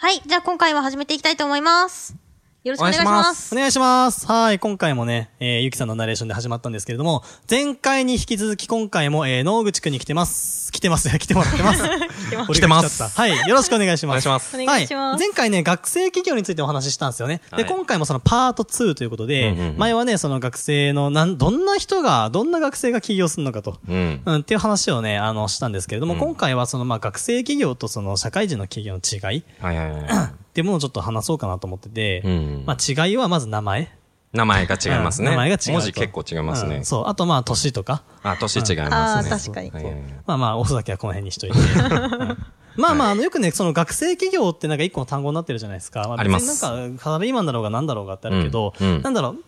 はい。じゃあ今回は始めていきたいと思います。よろしくお願いします。お願いします。はい、今回もね、えー、ゆきさんのナレーションで始まったんですけれども、前回に引き続き今回も、えー、野口くんに来てます。来てます。 来てもらってます。来てます俺が来ちゃったはい、よろしくお願いします。お願いしますお願いしますはい前回ね、学生企業についてお話ししたんですよね。はで、い今回もそのパート2ということで、うんうんうん前はね、その学生の、なん、どんな人が、どんな学生が起業するのかと。うん。うん、っていう話をね、あの、したんですけれども、うん今回はその、まあ、学生企業とその、社会人の企業の違いっはいはいはていうものをちょっと話そうかなと思ってて、い。うん。まあ、違いはまず名前。名前が違いますね。うん名前が違うと。文字結構違いますうねん。そう。あと、まあ、年とか。あ、年違いますね。あー確かにはいはいはいまあまあ、おふざけはこの辺にしといて。 うんまあまあ、あの、よくね、その学生企業ってなんか一個の単語になってるじゃないですか。あありますなんか、サラリーマンだろうが何だろうがってあるけど、うんうんなんだろう。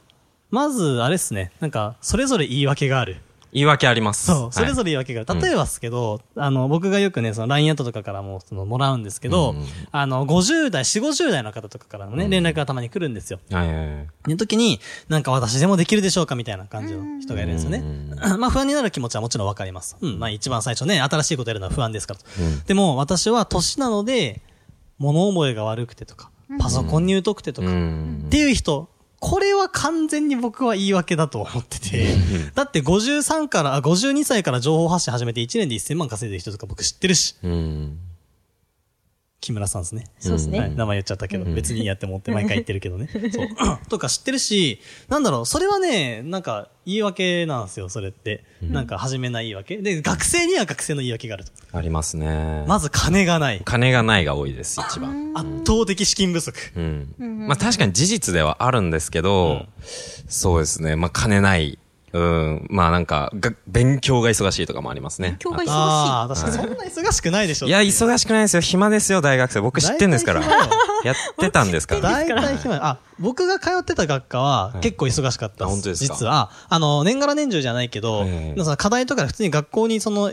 まず、あれですね。なんか、それぞれ言い訳がある。言い訳あります。そう。それれ。ぞれ言い訳がある。例えばですけど、あの、僕がよくね、その LINE アットとかからも、その、もらうんですけど、うんうんあの、50代、4、50代の方とかからもね、連絡がたまに来るんですよ。はいはいはい。の時に、なんか私でもできるでしょうかみたいな感じの人がいるんですよね。まあ不安になる気持ちはもちろんわかります。うん。まあ一番最初ね、新しいことやるのは不安ですから。でも私は年なので、物思いが悪くてとか、パソコンに疎くてとか、うっん。ていう人、これは完全に僕は言い訳だと思ってて、だって53から、あ52歳から情報発信始めて1年で1000万稼いでる人とか僕知ってるし、うん。木村さんですね。そうですねはい名前言っちゃったけど、別にいいやって思 って毎回言ってるけどね。 そう。とか知ってるし、なんだろう、それはね、なんか言い訳なんですよ、それって。なんか始めない言い訳。で、学生には学生の言い訳があると。ありますね。まず金がない。金がないが多いです、一番。圧倒的資金不足。うん。まあ確かに事実ではあるんですけど、そうですね。まあ金ない。うん。まあなんか、が勉強が忙しいとかもありますね。強化忙しい。ああ、確かにそんな忙しくないでしょ。いや、忙しくないですよ。暇ですよ、大学生。僕知ってんですから大体暇よ。やってたんですから。大体暇よあ、僕が通ってた学科は結構忙しかったあ本当ですか実は、あの、年がら年中じゃないけど、はいはいはいでもその課題とかで普通に学校にその、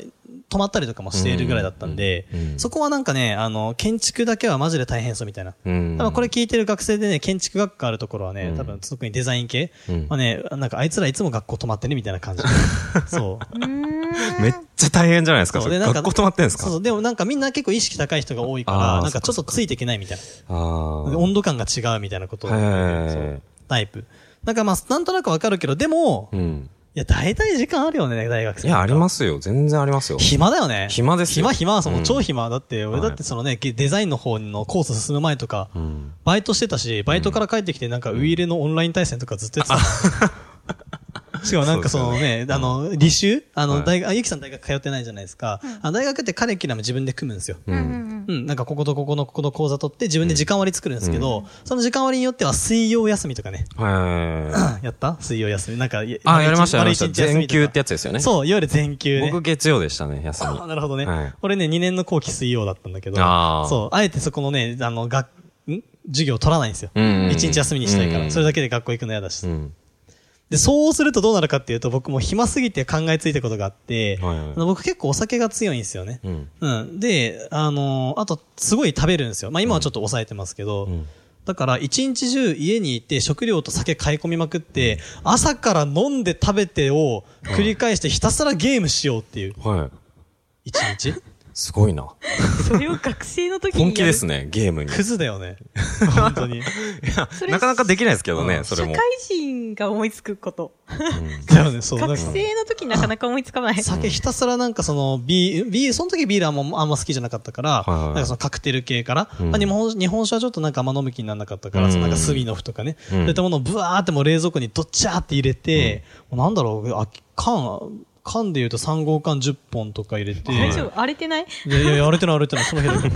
泊まったりとかもしているぐらいだったんで、うんそこはなんかね、あの、建築だけはマジで大変そうみたいな。うん多分これ聞いてる学生でね、建築学科あるところはねう、ん多分特にデザイン系うんはね、なんかあいつらいつも学校泊まってねみたいな 感じ。そう。めっちゃ大変じゃないですか。そうそれなん学校止まってんですかそうそう、でもなんかみんな結構意識高い人が多いからあ、ーなんかちょっとついていけないみたいな。ああ。温度感が違うみたいなことをはいはいはいそうタイプ。なんかまあ、なんとなくわかるけど、でも、いうん。や、大体時間あるよね、大学生。。いや、ありますすよ。全然ありますよ。暇だよね。暇ですよ暇暇、そのうん超暇。だって、俺はいだってそのね、デザインの方のコース進む前とか、うん。バイトしてたし、バイトから帰ってきてなんかウイイレのオンライン対戦とかずっとやってた。しかもなんかそのね、あの、履修あはの、い大学、あゆきさん大学通ってないじゃないですか。あ大学ってカリキュラム自分で組むんですよ。うんうん、なんかこことここのここの講座取って自分で時間割作るんですけど、その時間割によっては水曜休みと かね。はい。やった水曜休み。なんか、いあ、丸一やりました、やりました。丸一日休み全とか休ってやつですよね。そう、いわゆる全休ね。僕、月曜でしたね、休みあ。なるほどね。はい俺ね、2年の後期水曜だったんだけど、あーそう、あえてそこのね、あの、学、ん授業を取らないんですよ。うんうんうん一日休みにしたいから、うんうんそれだけで学校行くの嫌だし、うん。で、そうするとどうなるかっていうと、僕もう暇すぎて考えついたことがあって、はいはいあの僕結構お酒が強いんですよね。うん。うん。で、あのーあと、すごい食べるんですよ。まあ今はちょっと抑えてますけど、んだから一日中家にいて食料と酒買い込みまくって、朝から飲んで食べてを繰り返してひたすらゲームしようっていう、はい。一日。すごいな。それを学生の時にやる。本気ですね、ゲームに。クズだよね。本当に。れ なかなかできないですけどうね、んそ社れも会。人が思いつくこと。だよね、そう。なん学か生の時なかなか思いつかない。 酒ひたすらなんかそのビール、ビール、その時ビールはもうあんま好きじゃなかったかはら、いはいなんかそのカクテル系から、うんまあ日本日本酒はちょっとなんかあんま飲む気にならなかったから、うんそのなんかスミノフとかね、うんそういったものをブワーってもう冷蔵庫にドッチャーって入れて、もうなんだろう、あ缶、缶で言うと3号缶10本とか入れて、大丈夫荒れてないいやいや、やれてないやれてない、その 日だけ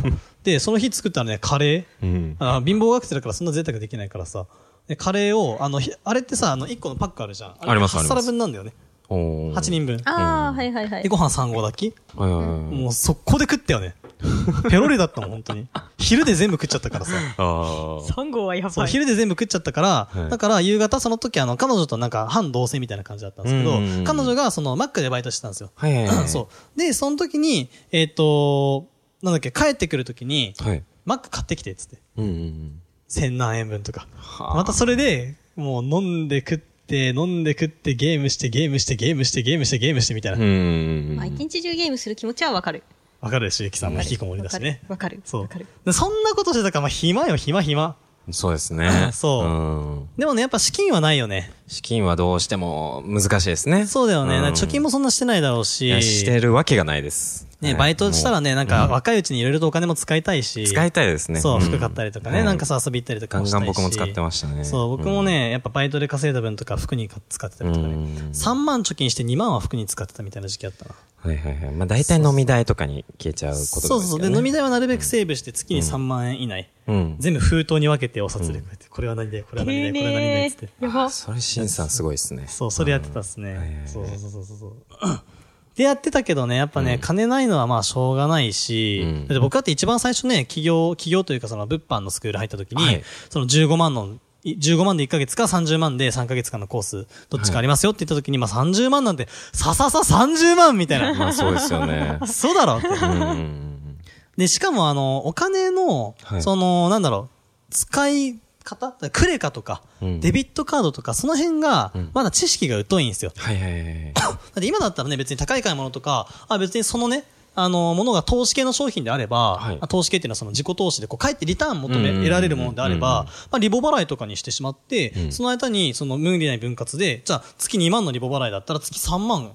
で、その日作ったらね、カレうー。ん。あ貧乏学生だからそんな贅沢できないからさ。でカレーを、あの、ひあれってさ、あの、1個のパックあるじゃん。あります8あります皿分なんだよね。おー8。人分。ああ、はいはいはで、い。ご飯3合炊きはいはいはい もう速攻で食ったよね。ペロリだったもん、本当に。昼で全部食っちゃったからさ。ああ。 3号はやそう、ばい。昼で全部食っちゃったから、はいだから夕方その時あの、彼女となんか半同棲みたいな感じだったんですけど、うんうんうん彼女がそのマックでバイトしてたんですよ。はいはいはい。そう。で、その時に、えっ、と、なんだっけ、帰ってくる時に、はい。マック買ってきて、つって。うんうんうん。千何円分とか。はあまたそれで、もう飲んで食って、飲んで食って、ゲームして、ゲームして、ゲームして、ゲームして、ゲームして、みたいうんな。うんまあ、一日中ゲームする気持ちはわかる。わかるでしょ、ゆきさんも引きこもりだしね。わかる。そうわかる。。でそんなことしてたから、まあ、暇よ、暇、暇。。うん。そうですね そううん。でもね、やっぱ資金はないよね。資金はどうしても難しいですね。そうだよね。んなんか貯金もそんなしてないだろうし。いやしてるわけがないです。ね、はいバイトしたらもね、なんか若いうちにいろいろとお金も使いたいし。う使いたいですね。そう、ん服買ったりとかね、うなんかさ、遊び行ったりとかガンもしたガンいし。僕も使ってましたね。そう、僕もね、やっぱバイトで稼いだ分とか服に使ってたうりん。とかうね。ん3万貯金して2万は服に使ってたみたいな時期あったな。はいはいはい。まあ大体飲み代とかに消えちゃうことそうそう。で、飲み代。代はなるべくセーブして月に3万円以内。うん。全部封筒に分けてお札でこうやって、これは何だよ、これは何だよ、これは何だよ、つって。やば。それ、シンさんすごいですね。そう、それやってたっすはいはいねは。いそうそうそうそう そう。でやってたけどね、やっぱね、うん金ないのはまあしょうがないし、うんだって僕だって一番最初ね、企業、企業というかその物販のスクール入った時に、はいその15万の、い15万で1ヶ月か30万で3ヶ月間のコース、どっちかありますよって言った時に、まあ30万なんて、さささ30万みたいまな。。あそうですよね そうだろって。うんうんうん。で、しかもあの、お金の、はいその、なんだろう、使い方クレカとか、うんデビットカードとか、その辺がうん、まだ知識が疎いんですよ。はいはいはいはい。だって今だったらね、別に高い買い物とか、あ、別にそのね、あの、ものが投資系の商品であれば、はいあ投資系っていうのはその自己投資で、こう、かえってリターン求うんうんめ、うん得られるものであれうんば、まあ、リボ払いとかにしてしまって、うんその間に、その無理ない分割で、じゃあ、月2万のリボ払いだったら月3万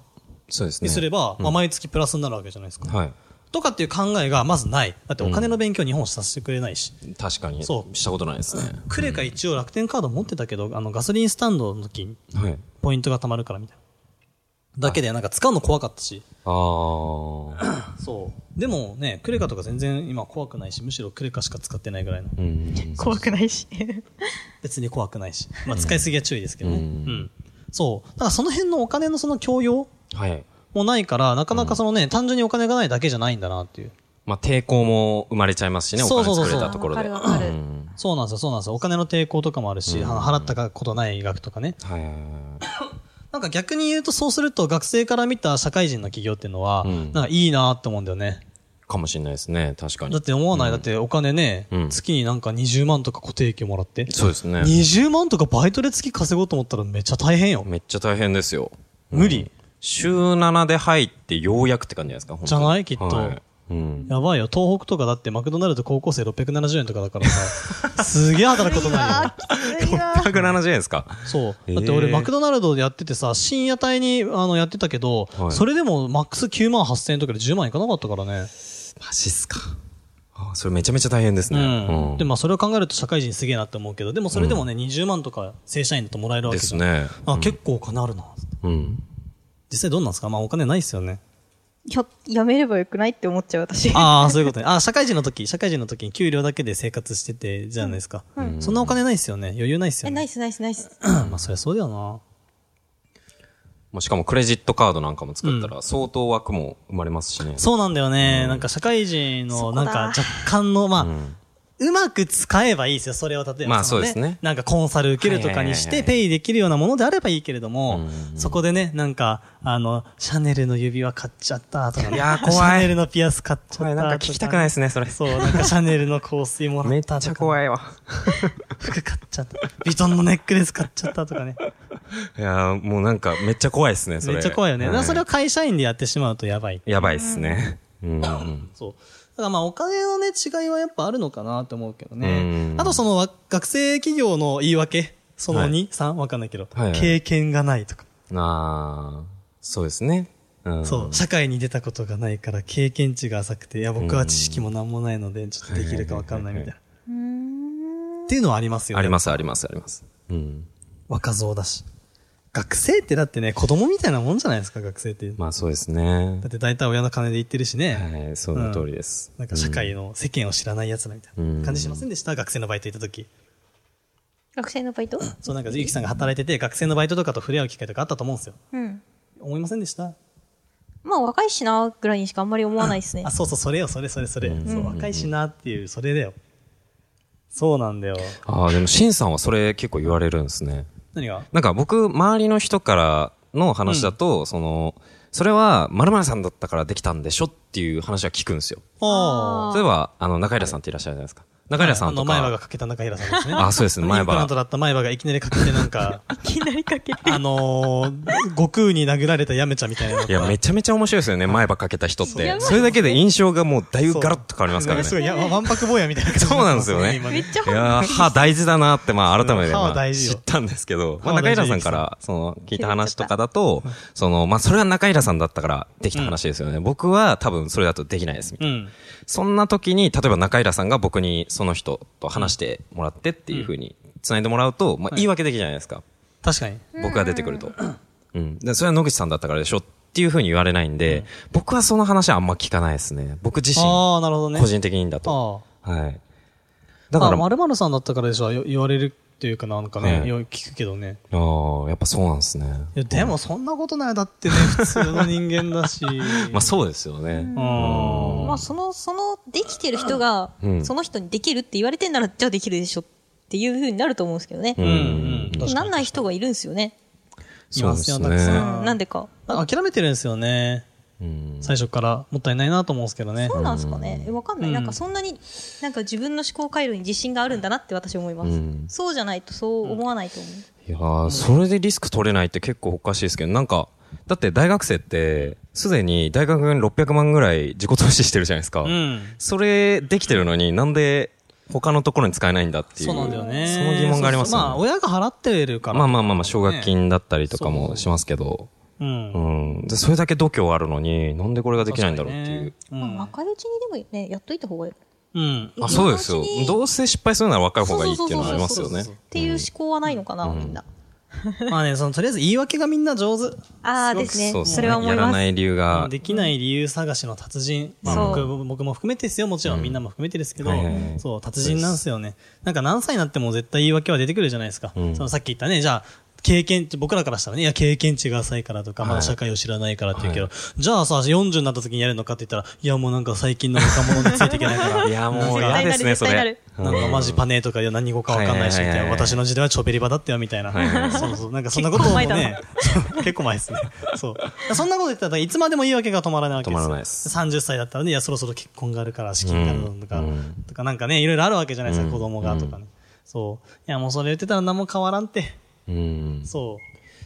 そうですね。にすれば、うんまあ、毎月プラスになるわけじゃないですか。はとかっていう考えがまずない。だってお金の勉強日本させてくれないし。い。確かに。そうしたことないですね。クレカ一応楽天カード持ってたけど、あの、ガソリンスタンドの時にはい。ポイントが貯まるからみたいな。だけで、なんか使うの怖かったし。ああ。そう。でもね、クレカとか全然今怖くないし、むしろクレカしか使ってないぐらいの。うん。怖くないし。別に怖くないし。まあ使いすぎは注意ですけどね。ううんん。そう。だからその辺のお金のその教養はい。もないから、なかなかそのね、単純にお金がないだけじゃないんだなっていう。まあ抵抗も生まれちゃいますしね、おそう金そうそ作うそれうたところで。あわかるわかるうんそうなんですよ、そうなんですよ。お金の抵抗とかもあるし、うんあの払ったことない額とかね。はいはいはい。なんか逆に言うと、そうすると学生から見た社会人の企業っていうのは、うんなんかいいなって思うんだよね。かもしれないですね、確かにだっ。て思わない、だってお金ね、うん月になんか20万とか固定給もらって。そうですね。 20万とかバイトで月稼ごうと思ったらめっちゃ大変よ。めっちゃ大変ですよ。無理。週7で入ってようやくって感じじゃないですか、本当にじゃないきっとはいうん。やばいよ。東北とかだってマクドナルド高校生670円とかだからさ、すげえ働くことにないよ。きついわ。 170円ですかそう。えーだって俺マクドナルドでやっててさ、深夜帯にあのやってたけど、はいそれでもマックス9万8000円とかで10万いかなかったからね。マジっすか。あそれめちゃめちゃ大変ですね。うん。で、もまあそれを考えると社会人すげえなって思うけど、でもそれでもね、20万とか正社員だともらえるわけでじゃんすね。あ、結構お金あるな。うん。実際どうなんですかまあお金ないっすよね。や、やめればよくないって思っちゃう、私。ああ、そういうことね。あー社会人の時、社会人の時に給料だけで生活してて、じゃないですか。そんなお金ないっすよね。余裕ないっすえ、よナねイ。スナイスナイス。 まあそりゃそうだよな。まあしかもクレジットカードなんかも作ったら相当枠も生まれますしね。そうなんだよね。うんなんか社会人その、こなだんか若干の、まあ、ううんまく使えばいいですよ。それを例えば、まあのそうですねなんかコンサル受けるとかにしはいて、はいはいペイできるようなものであればいいけれども、うんそこでね、なんか、あの、シャネルの指輪買っちゃったとか、ね、いやー怖いシャネルのピアス買っちゃったとこか、れなんか聞きたくないですね、それ。そう、なんかシャネルの香水もらめっっちたとか、ゃ怖いわ。服買っちゃった。ビトンのネックレス買っちゃったとかね。いやーもうなんかめっちゃ怖いですね、それ。めっちゃ怖いよね。だからそれをは会社員でやってしまうとやばい。いやばいっすね。うんうん。そう。だからまあお金のね、違いはやっぱあるのかなと思うけどねう。んあとそのわ学生企業の言い訳、そのはい 2?3? わかんないけどはいは。い経験がないとか。あー、そうですね。うんそう。社会に出たことがないから経験値が浅くて、いや僕は知識もなんもないので、ちょっとできるかわかんないみたいな。っていうのはありますよね。あります、あります、あります。うん。若造だし。学生ってだってね、子供みたいなもんじゃないですか、学生って。だまあそうですね。って大体親の金で行ってるしね。はい、その通りです。なんか社会の世間を知らないやつらみたいな感じしませんでした、学生のバイト行った時。学生のバイトそうなんかゆきさんが働いてて、学生のバイトとかと触れ合う機会とかあったと思うんですよ。うん。思いませんでしたまあ若いしな、ぐらいにしかあんまり思わないですねあ、。そうそう、それよ、それ、それ、それ。うんそう、若いしなっていう、それだよ。そうなんだよ。ああ、でも、シンさんはそれ結構言われるんですね。何がなんか僕、周りの人からの話だと、その、それは、〇〇さんだったからできたんでしょっていう話は聞くんですよ。ああー例えば、あの、中平さんっていらっしゃるじゃないですか。中平さんあの、と前歯か。がかけた中平さんですね。あ、そうですね、前インプラン歯。トだった前歯がいきなりかけてなんか、いきなりかけて。あのー、悟空に殴られたやめちゃんみたいな。いや、めちゃめちゃ面白いですよね、前歯かけた人っやばて。いそれだけで印象がもうだいぶガラッと変わりますからすごね。い、いや、わんぱく坊やみたいな感じそうなんですよね今めっちゃい本やー歯大事だなって、まあ、改めて、歯まはあ、大事知よったんですけど、歯まあ、は中大事平さんから、その、聞いた話とかだと、その、まあ、それは中平さんだったからできた話ですよね。僕は多分それだとできないです、みたいなうん。そんな時に、例えば中平さんが僕にその人と話してもらってっていう風に繋いでもらうと、まあ言い訳できるじゃないですか。確かに。僕が出てくると。うん。で、それは野口さんだったからでしょっていう風に言われないんで、僕はその話はあんま聞かないですね。僕自身、ああ、なるほどね。個人的にだと。ああ。はい。だだか、からら、あまるさんだったからでしょ、よ言われるっていうかなんかね、はいよ聞くけどね。あー、やっぱそうなんですね。いや、でもそんなことないよだってね、 普通の人間だし。まあそうですよね。うんまあその、その、できてる人がう、んその人にできるって言われてんなら、じゃあできるでしょっていう風になると思うんですけどねう。うんん。うん。なんない人がいるんですよね。そうですいますよたくさね。んなんでか。なんか諦めてるんですよね。うん最初から。もったいないなと思うんですけどね。そうなんですかね。えわかんなうい。んなんかそんなに、なんか自分の思考回路に自信があるんだなって私思いまうんす。そうじゃないとそう思わないと思う。いやー、それでリスク取れないって結構おかしいですけど、なんか、だって大学生って、すでに大学に600万ぐらい自己投資してるじゃないですか。うん。それできてるのになんで他のところに使えないんだっていう。そうなんだよね。その疑問がありますそうよそね。うまあ、親が払ってるから。まあまあまあまあ、奨学金だったりとかもしますけど、ううん。うん。ん。でそれだけ度胸あるのに、なんでこれができないんだろうっていう。うまあん。若いうちにでもね、やっといた方がいい。うん。まああ、そうですよ今のうち。にどうせ失敗するなら若い方がいいっていうのはありますよそうそうそうねそうそうそうそう。っていう思考はないのかな、みんな。まあね、その、とりあえず言い訳がみんな上手。ああですね。そうですそれは思いやらまなす。い理由が。できない理由探しの達人。まあ、そう僕僕も含めてですよ。もちろんみんなも含めてですけどはいはいは、いそう、達人なんですよね。なんか何歳になっても絶対言い訳は出てくるじゃないですか。うんそのさっき言ったね、じゃあ、経験値、僕らからしたらね、いや、経験値が浅いからとか、まだ社会を知らないからって言うけど、じゃあさ、40になった時にやるのかって言ったら、いや、もうなんか最近の若者についていけないか ら。いや、もうなんか嫌ですね、絶そ対なれる。なんかマジパネーとかいや何語かわかんないしみたいはいはいなはいはい私の時代はチョベリバだったよみたいな、はいはいはいそうそうなんかそんなことを結構前ね 結構前ですねそうそんなこと言ってたらいつまでも言い訳が止まらないわけですよ止まらないです30歳だったらねいやそろそろ結婚があるから資金があるとか、うんうんとかなんかねいろいろあるわけじゃないですか、うん子供がとかね、そういやもうそれ言ってたら何も変わらんってうん。そ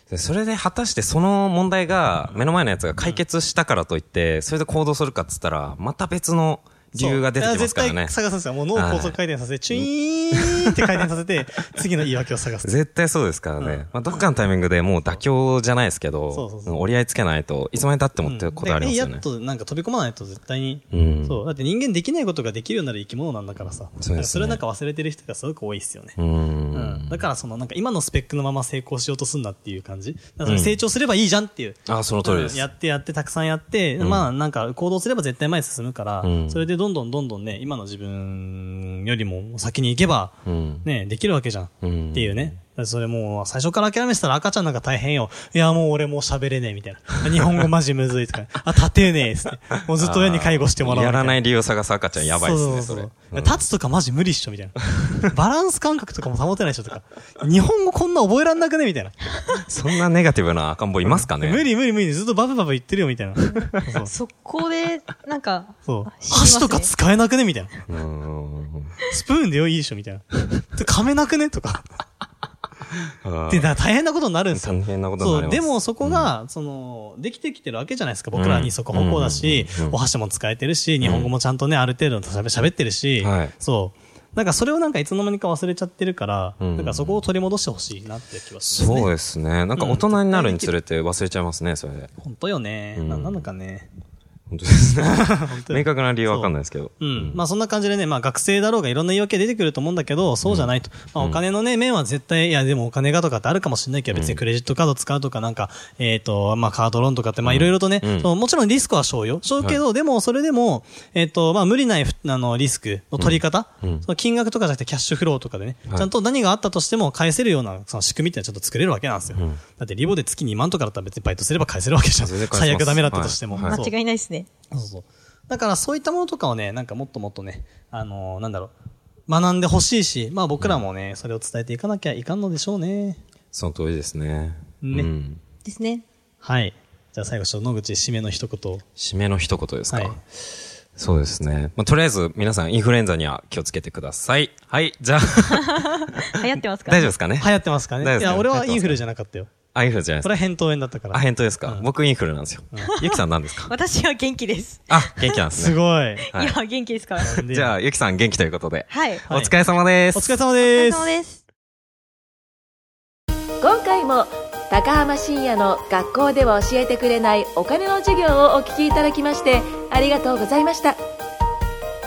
うでそれで果たしてその問題が、目の前のやつが解決したからといって、それで行動するかっつったら、また別の理由が出てきますからそういやね絶。対探すんですよもう脳を高速回転させてチュイーンって回転させて次の言い訳を探す絶対そうですからね。うんまあ、どっかのタイミングでもう妥協じゃないですけど、そうそうそう折り合いつけないといつまで経ってもってことありますようんでねやっ。となんか飛び込まないと絶対に、うんそうだって人間できないことができるようになる生き物なんだからさそうですねだからそれをなんか忘れてる人がすごく多いですよね、ううんん。だからそのなんか今のスペックのまま成功しようとすんなっていう感じだからそれ成長すればいいじゃんっていう、あ、その通りですや。ってやってたくさんやって、まあなんか行動すれば絶対前に進むから、うんそれでどんどんどんどんね今の自分よりも先に行けば、うん。ね、できるわけじゃん。うんっていうね。だからそれもう、最初から諦めてたら赤ちゃんなんか大変よ。いや、もう俺もう喋れねえ、みたいな。日本語マジむずいとか、あ、立てねえ、つって。もうずっと親に介護してもらうやらないい理由を探す赤ちゃんやばいですね、それ。うん立つとかマジ無理っしょ、みたい な。バランス感覚とかも保てないっしょ、とか。日本語こんな覚えらんなくねみたいな。そんなネガティブな赤ん坊いますかね無理無理無理、ずっとバブバブ言ってるよ、みたい な。そうそう。速攻で、なんか、そうあ知ります箸ねとか使えなくねみたいな。うん。スプーンでよ、いいっしょ、み たいな。噛めなくねとか。で、だから大変なことになるんですよ大変なことにそなりう、ます。でもそこが、その、できてきてるわけじゃないですか。僕らにそこうん歩行だしうんう、んお箸も使えてるし、日本語もちゃんとね、ある程度の喋喋ってるしはい、そう。なんかそれをなんかいつの間にか忘れちゃってるから、うんなんかそこを取り戻してほしいなって気はしますそうね。ですね。なんか大人になるにつれて忘れちゃいますね、それで。本当よね。うんなんなのかね。本当ですね。 本当に明確な理由はわかんないですけど。うん。まあそんな感じでね、まあ学生だろうがいろんな言い訳出てくると思うんだけど、そうじゃないと。まあお金のね、面は絶対、いやでもお金がとかってあるかもしれないけど、別にクレジットカード使うとかなんか、えっと、まあカードローンとかって、まあいろいろとね、うんそのもちろんリスクは負うよ。負うけど、でもそれでも、えっと、まあ無理ないふ、あの、リスクの取り方、うんその金額とかじゃなくてキャッシュフローとかでね、はいちゃんと何があったとしても返せるような、その仕組みってのはちょっと作れるわけなんですよ。うんだってリボで月2万とかだったら別にバイトすれば返せるわけじゃん。全然返せます最悪ダメだったとしても。はいそう間違いないですね。そうそう。だからそういったものとかをね、なんかもっともっとね、あのーなんだろう、学んでほしいし、まあ僕らもね、それを伝えていかなきゃいかんのでしょうね。その通りですね。うねんですね。はい。じゃあ最後、ちょっと野口締めの一言を。締めの一言ですはいか。そうですね。まあとりあえず皆さんインフルエンザには気をつけてください。はい。じゃ あ、流行ってますか大丈夫ですかね流行ってますか大ね。丈夫いですかや、俺はインフルじゃなかったよ。あ、インフルじゃないですこかれは扁桃炎だったから。あ、本当ですか、うん僕インフルなんですよ。ゆきさん何ですか私は元気です。、あ、元気なんですすね。ごい。はいいや、元気ですから。じゃあ、ゆきさん元気ということで。はい。お疲れ様です。お疲れ様お疲でれす様。です。今回も高浜深也の学校では教えてくれないお金の授業をお聞きいただきましてありがとうございました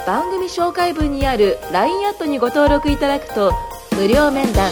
番組紹介文にある LINE アットにご登録いただくと無料面談